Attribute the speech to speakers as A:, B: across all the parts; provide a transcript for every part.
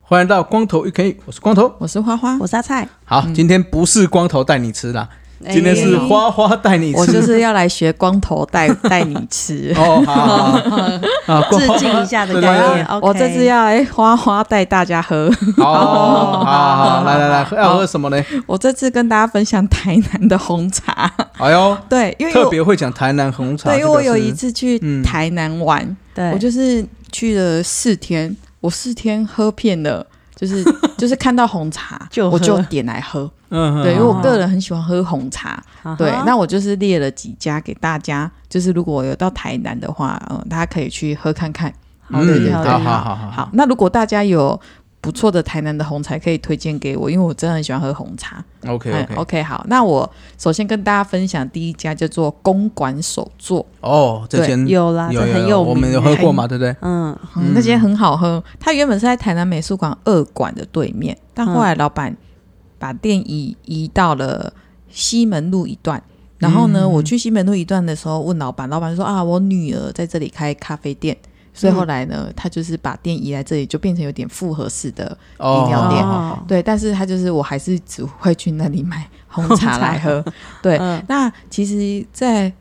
A: 欢迎到光头 UK，我是光头。
B: 我是花花，
C: 我是阿菜，
A: 好，
B: 嗯
A: 今天不是光头带你吃啦，哎今天是花花带你吃。
B: 哎我就是要来学光 头带带你吃。哎
A: 哦， 好好好啊，光
C: 哎致敬一下的
A: 哦
C: 概念。OK
B: 我这次要哎、花花带大家喝。
A: 好好好好，来来来，喝要喝什么呢？
B: 我这次跟大家分享台南的红茶。
A: 哎呦，
B: 对，因为
A: 特
B: 我
A: 别会讲台南红茶。
B: 对，因
A: 这
B: 为
A: 个
B: 我
A: 是
B: 有一次去
A: 嗯
B: 台南玩，
C: 对，
B: 我就是去了四天，我四天喝遍了。就是 就是看到红茶，
C: 就喝
B: 我就点来喝。
A: 嗯，
B: 对，因为我
A: 嗯
B: 个人很喜欢喝红茶。
C: 啊哈
B: 对，那我就是列了几家给大家，就是如果有到台南的话，嗯、大家可以去喝看看。
C: 好厉害
A: 嗯
C: 厉害
A: 好好好好，
B: 好，那如果大家有不错的台南的红茶，可以推荐给我，因为我真的很喜欢喝红茶。
A: ，OK
B: 嗯
A: OK，
B: OK，好，那我首先跟大家分享第一家叫做公馆手作，
A: 哦，这间
C: 有
B: 啊
C: 啦，这
A: 有
C: 很
A: 有，
C: 名，
A: 我们有喝过嘛，对不对？
C: 嗯，
B: 嗯，那间很好喝。它原本是在台南美术馆二馆的对面，但后来老板把店移移到了西门路一段。然后呢，我去西门路一段的时候问老板，老板就说啊，我女儿在这里开咖啡店。所以后来呢，他就是把店移来这里，就变成有点复合式的饮料店。
C: 哦
B: 对，但是他就是我还是只会去那里买红茶来喝。 对，
C: 嗯
B: 那其实，在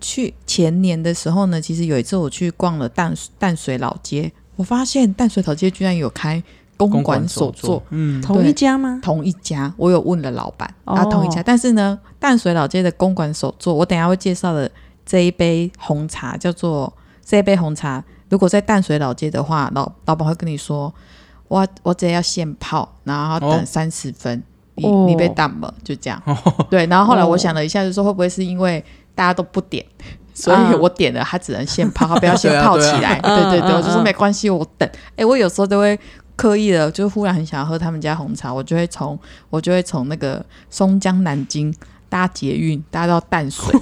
B: 去前年的时候呢，其实有一次我去逛了淡淡水老街，我发现淡水老街居然有开公馆手作，
A: 嗯，
C: 同一家吗？
B: 同一家，我有问了老板，
C: 哦
B: 啊，同一家，但是呢，淡水老街的公馆手作，我等一下会介绍的这一杯红茶叫做这一杯红茶，如果在淡水老街的话，老老板会跟你说，我我只要现泡，然后
A: 哦
B: 等三十分，你
C: 哦
B: 你被淡了，就这样。对，然后后来我想了一下，就说会不会是因为大家都不点，所以
C: 嗯
B: 我点了，他只能现泡，他不 要先
A: 啊对啊
B: 泡
A: 对
B: 起
A: 啊
B: 来。对
C: 嗯
B: 对对，
C: 嗯
B: 我就说
C: 嗯
B: 没关系，我等。哎，我有时候都会刻意的，就忽然很想喝他们家红茶，我就会从我就会从那个松江南京。搭捷运搭到淡 水，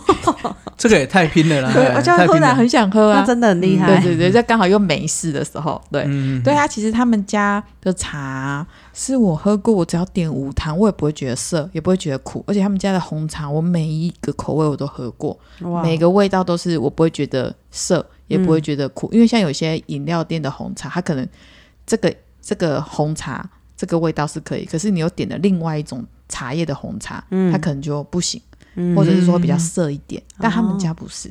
A: 这个也太拼 了啦，
B: 对，
A: 哎
B: 我就会
A: 太
B: 忽
A: 拼
B: 然
A: 了。
B: 很想喝啊
C: 那，真的很厉
B: 对
C: 害，
B: 对对，这刚好又没事的时候，对，
A: 嗯，
B: 对啊，其实他们家的茶是我喝过，我只要点无糖，我也不会觉得涩，也不会觉得苦，而且他们家的红茶，我每一个口味我都喝过，
C: 哇嗯
B: 每个味道都是我不会觉得涩，也不会觉得苦，因为像有些饮料店的红茶，它可能这个这个红茶这个味道是可以，可是你又点了另外一种茶叶的红茶，
C: 嗯
B: 它可能就不行，或者是说比较涩一点，但
C: 哦
B: 他们家不是。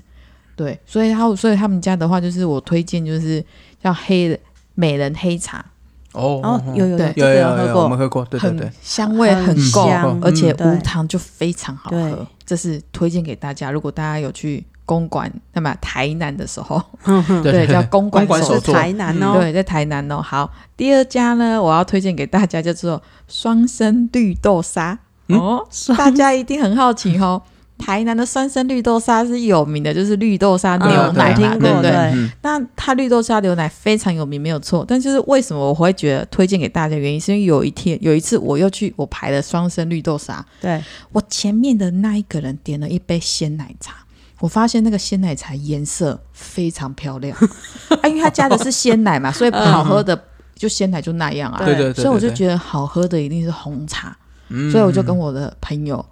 B: 对，所以他所以他们家的话，就是我推荐就是叫黑的美人黑茶，
A: 哦
C: 哦，有有有，
B: 对
C: 这
A: 有
C: 个
A: 有
C: 喝
A: 有，我们
C: 过，
A: 喝过，对对对
B: 很，香味很
C: 很
B: 够，
C: 香
B: 而且
C: 嗯
B: 无糖就非常好喝
C: 对，
B: 这是推荐给大家。如果大家有去公馆，那么台南的时候，
A: 对
B: 嗯对叫公馆
A: 公馆
B: 手
A: 手
C: 是
A: 作，嗯
C: 台南哦，
B: 对，在台南哦。好，第二家呢，我要推荐给大家叫做双生绿豆沙、
A: 嗯
B: 哦，大家一定很好奇哦。台南的酸生绿豆沙是有名的，就是绿豆沙
C: 嗯
B: 牛
A: 我
B: 奶嘛，对
C: 听过
B: 不对？
C: 对
A: 嗯
B: 那它绿豆沙牛奶非常有名，没有错。但就是为什么我会觉得推荐给大家，原因是因为有一天有一次我又去我排了双生绿豆沙，
C: 对，
B: 我前面的那一个人点了一杯鲜奶茶，我发现那个鲜奶茶颜色非常漂亮， 啊，因为他加的是鲜奶 嘛，所以好喝的就鲜奶就那样
C: 嗯
B: 啊，
A: 对对对，
B: 所以我就
A: 得，
B: 觉得好喝的一定是红茶，
A: 嗯
B: 所以我就跟我的朋友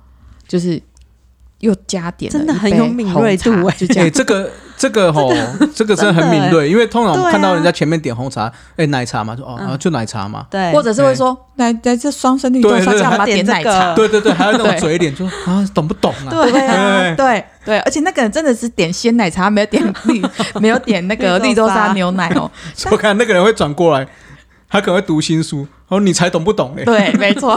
B: 就是又加点了
C: 真的
B: 一
C: 很
B: 杯
C: 有敏锐度
B: 红茶
C: 哎
B: 就这
A: 哎，
B: 样。
A: 这个这个吼， 这个真的很敏锐，因为通常我们
C: 对啊
A: 看到人家前面点红茶，哎，奶茶嘛，说哦，
C: 嗯
A: 啊就奶茶嘛，
C: 哎对，
B: 或者是会说，来来这双生绿豆沙，
A: 对对
B: 干嘛
C: 对
B: 点奶
C: 点这
B: 茶？
C: 个
A: 对对对，还有那种
B: 嗯对
A: 嘴脸，就啊懂不懂啊？
B: 对啊，
A: 对
B: 对对，而且那个人真的是点鲜奶茶，没有点 绿，没有点那个绿
C: 绿
B: 豆
C: 豆沙
B: 沙牛奶哦。
A: 我看那个人会转过来，他可能会读心术，哦，你才懂不懂嘞？
B: 对，没错。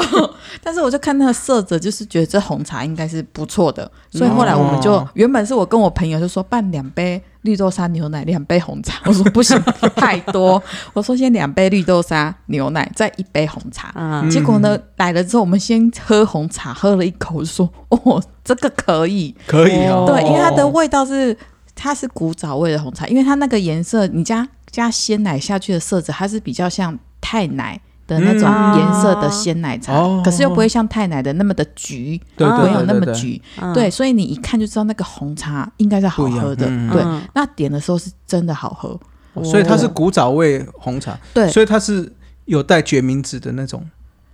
B: 但是我就看那个色泽，就是觉得这红茶应该是不错的，所以后来我们就、
A: 哦
B: 原本是我跟我朋友就说办两杯绿豆沙牛奶，两杯红茶。我说不行， 太多。我说先两杯绿豆沙牛奶，再一杯红茶。
C: 嗯
B: 结果呢，来了之后，我们先喝红茶，喝了一口，说：“哦，这个可以。
A: 可以哦，
B: 对，因为它的味道是它是古早味的红茶，因为它那个颜色，你加加鲜奶下去的色泽，它是比较像太奶的那种
C: 嗯
B: 颜色的鲜奶茶，
A: 哦
B: 可是又不会像太奶的那么的橘，
A: 对对
B: 没有
A: 对
B: 那么
A: 对
B: 橘，
C: 嗯
B: 对，所以你一看就知道那个红茶应该是好喝的，
A: 不一样嗯
B: 对。
C: 嗯
B: 那点的时候是真的好喝，
A: 对，所以它是古早味红茶，
B: 对，
A: 所以它是有带决明子的那种，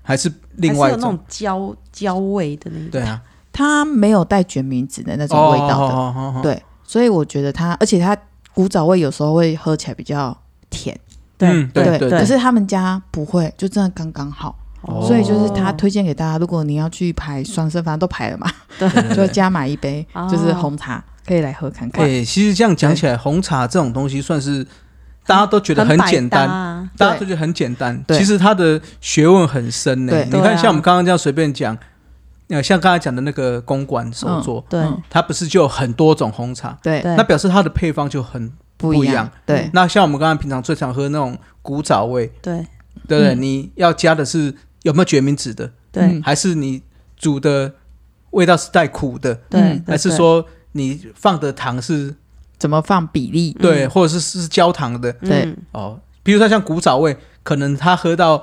A: 还是另
C: 还
A: 外
C: 是有
A: 一
C: 那
A: 种？
C: 种焦焦味的那
A: 对
C: 种，
A: 啊，
B: 它没有带决明子的那种味道的，
A: 哦哦哦哦哦
B: 对，所以我觉得它，而且它古早味有时候会喝起来比较甜，
A: 嗯对
B: 对
A: 对
B: 可是他们家不会，就真的刚刚好。
A: 哦
B: 所以就是他推荐给大家，如果你要去排双生，反正都排了 嘛，就加买一杯，
C: 哦
B: 就是红茶，可以来喝看看。
A: 哎，其实这样讲起来，红茶这种东西算是大家都觉得
C: 很百
A: 简
C: 搭
A: 单，
C: 啊，
A: 大家都觉得很简单，
B: 对
A: 其实它的学问很深呢。
B: 对
A: 你
C: 对
A: 看，
C: 啊
A: 像我们刚刚这样随便讲，呃，像刚才讲的那个公馆手作，
C: 对
B: 嗯
A: 它不是就有很多种红茶？
B: 对，
C: 对嗯
A: 那表示它的配方就很
B: 不
A: 不一
B: 一样
A: 样。
B: 对，
A: 那像我们刚才平常最常喝那种古早味，
C: 对
A: 对不对？
B: 嗯
A: 你要加的是有没有决明子的，
C: 对
B: 嗯
A: 还是你煮的味道是带苦的，
C: 对
B: 嗯，
C: 对
A: 还是
C: 对
A: 说你放的糖是
B: 怎么放比例？
A: 对，或者是是焦糖的
B: 对
C: 嗯
A: 哦？比如说像古早味，可能它喝到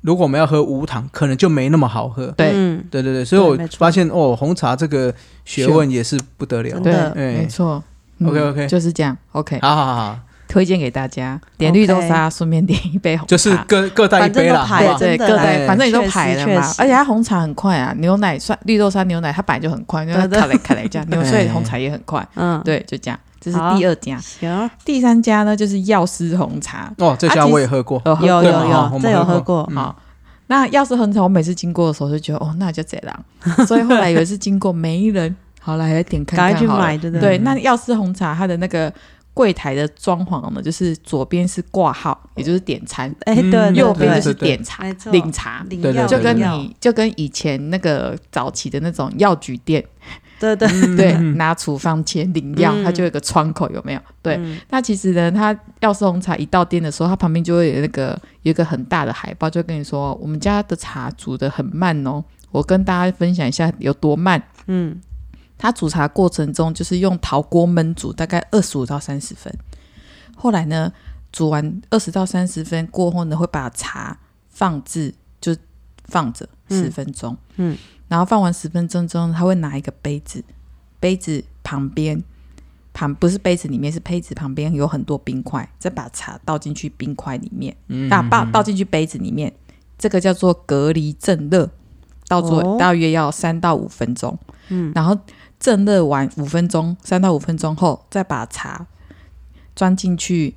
A: 如果我们要喝无糖，可能就没那么好喝。
B: 对
C: 嗯
A: 对对对，所以我
C: 没错
A: 发现哦，红茶这个学问也是不得了
C: 真。
B: 对
C: 的，
A: 哎
B: 没错。嗯
A: OK，OK
B: 就是这样。OK，
A: 好好好好，
B: 推荐给大家，点绿豆沙，顺便点一杯红茶，
A: 就是各各带一
C: 反正
A: 杯
C: 都
A: 啦，好
C: 排
A: 不
C: 了
A: 好？
B: 对
C: 真的
B: 各
C: 啦
B: 带，反正你都排了
C: 确
B: 嘛
C: 实确。实
B: 而且它红茶很快啊，牛奶算绿豆沙牛奶，它本来就很快，因为它
C: 对对
B: 卡来卡来这样，牛所以红茶也很快。
C: 嗯，
B: 对，就这样，这是第二家。
C: 行，
B: 第三家呢，就是药师红茶，
A: 哦，这家我也喝过，
B: 有喝
C: 有
B: 过
C: 有
A: 对嘛好
C: 有
A: 我，
C: 这
A: 们
C: 有
A: 喝
C: 喝过，
A: 嗯
B: 好，那药师红茶，我每次经过的时候就觉得，哦，那叫贼 狼。所以后来有一次经过没人，好了，还是点看
C: 赶
B: 看
C: 快去
B: 好了
C: 买，对不
B: 对，那药师红茶它的那个柜台的装潢呢，就是左边是挂号，也就是点餐，
C: 哎，对哦对，
A: 嗯
B: 右
A: 对
B: 边
A: 对
B: 就是
A: 对
B: 点茶
C: 没错
B: 领茶。
C: 领
A: 对对
C: 药
B: 就跟
C: 领药
B: 你就跟以前那个早期的那种药局店，
C: 对对
B: 对，拿处方签领药，
C: 嗯
B: 它就有一个窗口，有没有？对，
C: 嗯
B: 那其实呢，它药师红茶一到店的时候，它旁边就会有那个有一个很大的海报，就跟你说我们家的茶煮的很慢哦。我跟大家分享一下有多慢。
C: 嗯，
B: 它煮茶过程中就是用陶锅焖煮，大概二十五到三十分。后来呢，煮完二十到三十分过后呢，会把茶放置，就放着
C: 嗯
B: 十分钟。
C: 嗯
B: 然后放完十分钟之后，他会拿一个杯子，杯子旁边旁不是杯子里面，是杯子旁边有很多冰块，再把茶倒进去冰块里面，
A: 嗯
B: 大把倒进去杯子里面，这个叫做隔离正热，到做
C: 哦
B: 大约要三到五分钟。
C: 嗯，
B: 然后正热完五分钟，三到五分钟后，再把茶装进去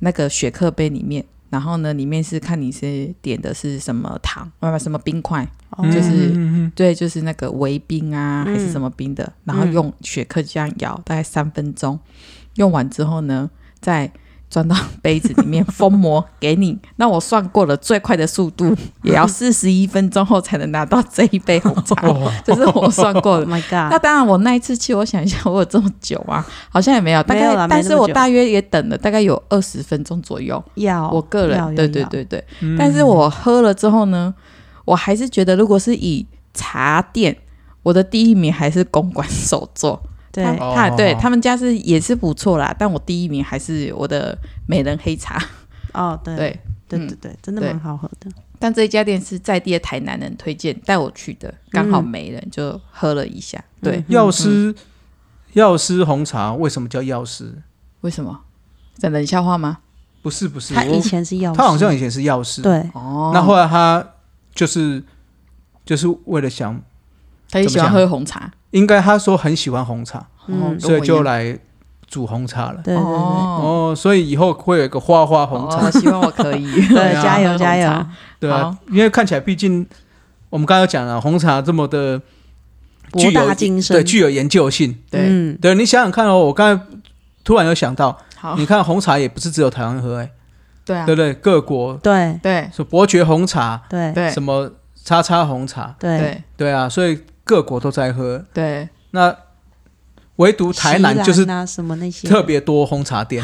B: 那个雪克杯里面。然后呢，里面是看你是点的是什么糖，外面什么冰块，
C: 哦
B: 就是
A: 嗯嗯嗯
B: 对，就是那个围冰啊，
C: 嗯
B: 还是什么冰的，然后用雪克这样摇，大概三分钟，用完之后呢，再装到 杯子里面封膜给你。那我算过了，最快的速度也要四十一分钟后才能拿到这一杯红茶，
C: 哦
B: 这是我算过
C: Oh
B: 的。
C: my
B: 那
C: god，
B: 当然，我那一次去，我想一下，我有这么久啊？好像也没有，大
C: 没有
B: 概，
C: 啦没
B: 但
C: 那
B: 是
C: 么
B: 我
C: 久
B: 大约也等了大概有二十分钟左右。
C: 要
B: 我个
C: 哦要
B: 人，对对
C: 要要嗯
B: 对对，但是我喝了之后呢，我还是觉得，如果是以茶店，我的第一名还是公馆手作。
C: 对
B: 他
A: 哦
B: 他对他们家是也是不错啦，但我第一名还是我的美人黑茶。
C: 哦 对
B: 对，
C: 对
B: 嗯
C: 对对，真的
B: 对
C: 蛮好喝的，
B: 但这一家店是在地的台南人推荐带我去的，刚好没人就喝了一下。对
C: 嗯，
A: 药师药师红茶为什么叫药师？
B: 为什么？在冷笑话
C: 哦
B: 吗？
A: 不是不是，
C: 他以
A: 我
C: 前是药师，
A: 他好像以前是药师，
C: 对
B: 哦，
A: 那后来他就是就是为了想，
B: 他也喜欢
A: 怎么
B: 喝红茶，
A: 应该他说很喜欢红茶，
C: 嗯
B: 哦
A: 所以就来煮红茶了。
C: 对对对
B: 哦，
A: 哦，所以以后会有一个花花红茶，
B: 哦希望我可以
C: 对，
A: 啊
C: 加油加
B: 喝
C: 油
B: 红，
A: 对啊，因为看起来毕竟我们刚刚有讲了，红茶这么的具
C: 博
A: 有
C: 大精深，
A: 对具有研究性。
B: 对，
C: 嗯
A: 对你想想看哦，我刚才突然有想到，
C: 哦
B: 好，
A: 你看红茶也不是只有台湾喝，哎，
B: 对
A: 嗯
B: 啊
A: 对，不对？各国
C: 对
B: 对
A: 说伯爵红茶，
C: 对
B: 对
A: 什么叉叉红茶，
C: 对
B: 对
A: 对啊，所以各国都在喝。
B: 对，
A: 那唯独台南就
C: 西
A: 是
C: 兰啊什么那些
A: 特别多红茶 店。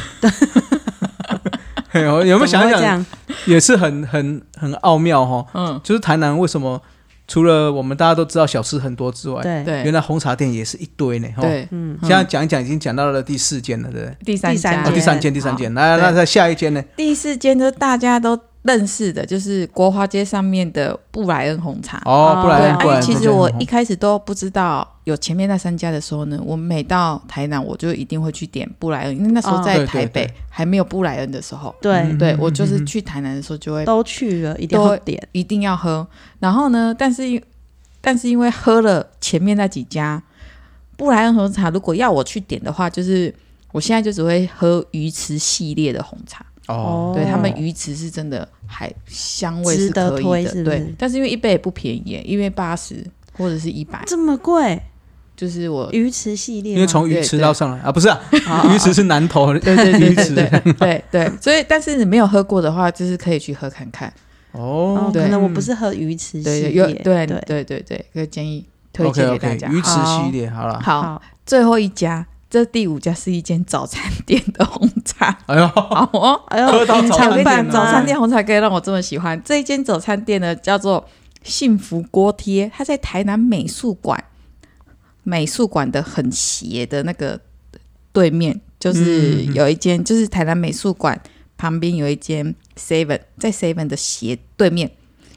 A: 嘿有有没有想一
C: 怎么会这
A: 想，
C: 样
A: 也是很很很奥妙哈、哦。
B: 嗯，
A: 就是台南为什么除了我们大家都知道小吃很多之外，
C: 对
B: 对
A: 原来哦红茶店也是一堆呢。吼，
B: 对，
C: 嗯
A: 现在讲一讲已经讲到了第四间了，对不对？
B: 第三
C: 第三
B: 家
A: 哦，
C: 间
A: 第三间，第三间，那那
B: 对
A: 在下一间呢？
B: 第四间就是大家都认识的，就是国华街上面的布莱恩红茶。
A: 哦，布
C: 不
A: 莱
B: 对，
A: 恩，
C: 然
A: 布莱
B: 啊
A: 恩，
B: 其
A: 布
B: 实
A: 莱恩
B: 我
A: 红
B: 一开始都不知道有前面那三家的时候呢，我每到台南我就一定会去点布莱恩，因为那时候
C: 哦
A: 对
B: 在
A: 对
B: 台北
A: 对
B: 还没有布莱恩的时候，
C: 对
A: 嗯，
B: 对我就是
A: 嗯
B: 去台南的时候就会
C: 都去了，一定要点。
B: 一定要喝。然后呢，但是因但是因为喝了前面那几家布莱恩红茶，如果要我去点的话，就是我现在就只会喝鱼池系列的红茶。
A: 哦，
B: 对他们鱼池是真的还香味
C: 值
B: 是
C: 得
B: 可以
C: 推
B: 的，
C: 是不是
B: 对。但是因为一杯也不便宜耶，一杯八十或者是一百，
C: 这么贵，
B: 就是 我
C: 鱼池系列吗，
A: 因为从鱼池到上来啊，不是啊，鱼池是南投，
B: 哦对对
A: 鱼
B: 对
A: 池
B: 对对对对，所以但是你没有喝过的话，就是可以去喝看看。
C: 哦，
A: 哦
B: 对
C: 可能我不是喝鱼池系
B: 对对
C: 列，
B: 有对
C: 对，
B: 对对对，可以建议推
A: ，OK
B: 荐给
A: OK，
B: 大家。
A: 鱼池
C: 好
A: 系列好了，
B: 好，
C: 好，
B: 最后一家，这第五家是一间早餐店的红茶。
A: 哎呦，
B: 好哦，
C: 哎呦，
A: 喝到早
C: 早
A: 餐
B: 我跟你
A: 店啊
B: 讲，
A: 吗
B: 早餐店红茶可以让我这么喜欢。这一间早餐店呢，叫做幸福锅贴，它在台南美术馆，美术馆的很斜的那个对面，就是
A: 嗯嗯嗯
B: 有一间，就是台南美术馆旁边有一间 Seven，在 Seven 的斜对面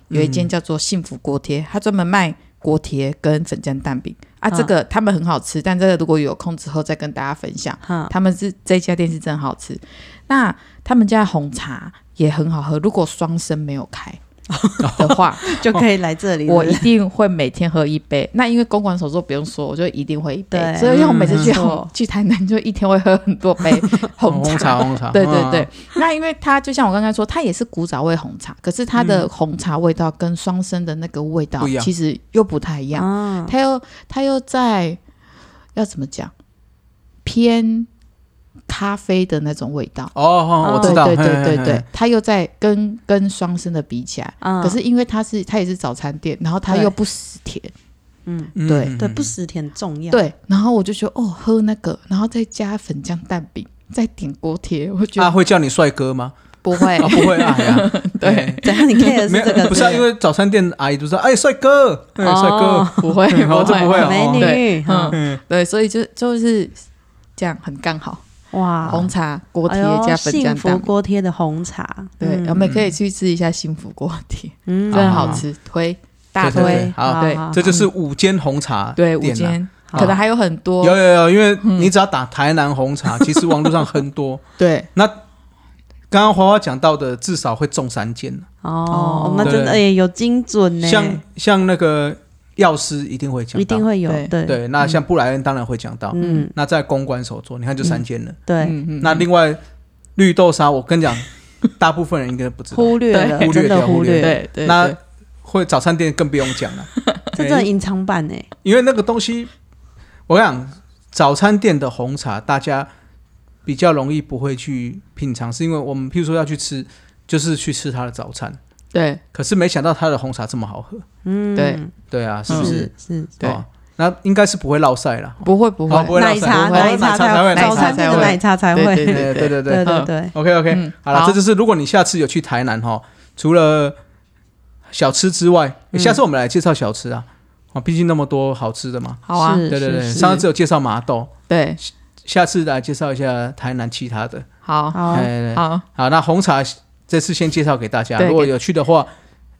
B: 有一间叫做幸福锅贴，它专门卖锅贴跟粉浆蛋饼啊，
C: 嗯
B: 这个他们很好吃，但这个如果有空之后再跟大家分享。
C: 哈，
B: 他们是这家店是真好吃，那他们家的红茶也很好喝。如果双生没有 开的话，
C: 就可以来这里了。
B: 我一定会每天喝一杯。那因为公馆手作不用说，我就一定会一杯。
C: 对
B: 所以我每次去
C: 嗯没
B: 红
C: 错
B: 去台南，就一天会喝很多 杯红
A: 红
B: 茶。
A: 茶红茶，
B: 对对对
A: 嗯，，
B: 那因为它就像我刚刚说，它也是古早味红茶，可是它的红茶味道跟双生的那个味道
A: 嗯不一样
B: 其实又不太一样。
C: 啊，
B: 他又他又在要怎么讲偏咖啡的那种味道。
A: 哦哦，我
C: 哦
A: 知道，
B: 对对
A: 嘿
B: 对对，
A: 嘿
B: 对
A: 嘿，
B: 他又在跟跟双生的比起来，
C: 嗯
B: 可是因为他是他也是早餐店，然后他
C: 对
B: 又不死甜，
C: 嗯，
A: 嗯
B: 对
A: 嗯
C: 对，不十天重要，，
B: 对，然后我就觉得哦，喝那个，然后再加粉浆蛋饼，再点锅贴，我觉
A: 啊，
B: 得
A: 会叫你帅哥吗？
B: 不会
A: 啊，，不会 啊，哎呀对，
C: 怎样你 care 的
A: 没
C: 是这
A: 有，
C: 个，
A: 不是啊，因为早餐店阿姨都说，哎，帅哥，哎，帅哥
C: 哦，
B: 不会，
A: 嗯 哦这不会啊
C: 美女，
B: 嗯
C: 嗯，
A: 嗯，
B: 对，所以就就是这样，很刚好，
C: 哇，
B: 嗯红茶锅
C: 哎
B: 贴
C: 呦
B: 加粉浆
C: 幸
B: 蛋
C: 福
B: 饼。
C: 锅贴的红茶，
B: 对，
C: 嗯
B: 我们可以去吃一下幸福锅贴，
C: 嗯
B: 真的好吃，推大
A: 对对
B: 推
A: 对。好
B: 对
A: 啊这就是五间红茶
B: 对，
A: 店
B: 五
A: 啊。
B: 间
A: 好
B: 可能还有很多
A: 有，有有，因为你只要打台南红茶，其实网络上很多。
B: 对
A: 刚刚花花讲到的，至少会中三间，
C: 哦，我们真的
A: 对
C: 哎有精准呢，
A: 像像那个药师一定会讲到，
C: 一定会有，
B: 对
C: 对
A: 对。那像布莱恩当然会讲到，
C: 嗯，
A: 那在公关手做，你看就三间了。
C: 对，
B: 嗯嗯，
A: 那另外绿豆沙，我跟你讲，大部分人应该不知道，
C: 忽略了，
A: 对
C: 真的
A: 忽
C: 忽
A: 略
C: 略，
B: 对对，
A: 那
B: 对
A: 会早餐店更不用讲 了，
C: 这真的隐藏版哎呢，
A: 因为那个东西，我想早餐店的红茶大家比较容易不会去品尝，是因为我们譬如说要去吃，就是去吃他的早餐。
B: 对
A: 可是没想到他的红茶这么好喝，
C: 嗯，
B: 对，
A: 对啊，是
B: 嗯
A: 不是？
C: 是是，
B: 对
A: 哦，那应该是不会落晒啦。
B: 不会不
A: 哦不会
B: 会，
A: 奶
C: 奶
A: 茶
C: 茶
B: 奶
A: 茶
C: 茶
A: 才会
C: 才
A: 奶
C: 早
A: 茶
C: 餐
A: 才
C: 店的
A: 会
C: 奶茶才
B: 对
C: 会，
B: 嗯对
A: 哎对对
C: 对
A: 对
C: 对对，
A: ，OK OK，、
B: 嗯
A: 好了，
B: 好
A: 这就是如果你下次有去台南哈，除了小吃之外，
B: 嗯
A: 下次我们来介绍小吃啊，啊，毕竟那么多好吃的嘛。
B: 好啊，
C: 是
A: 对对对，
C: 是
A: 上次只有介绍麻豆，
B: 对，
A: 下次来介绍一下台南其他的。
B: 好
C: 好
A: 哎，对对
B: 好，
A: 好，那红茶这次先介绍给大家，
B: 对
A: 如果有去的话，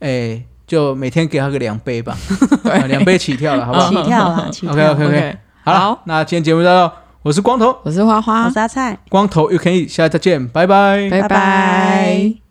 A: 哎，就每天给他个两杯吧， 啊
B: 对，
A: 两杯起跳了，好不好
C: 起跳啦，起跳
A: OK，OK，
B: OK，
A: 好了
B: 好，
A: 那今天节目就到这，我是光头，
B: 我是花花
C: 我是，阿菜。
A: 光头又可以，下次再见，拜拜。
B: 拜
C: 拜拜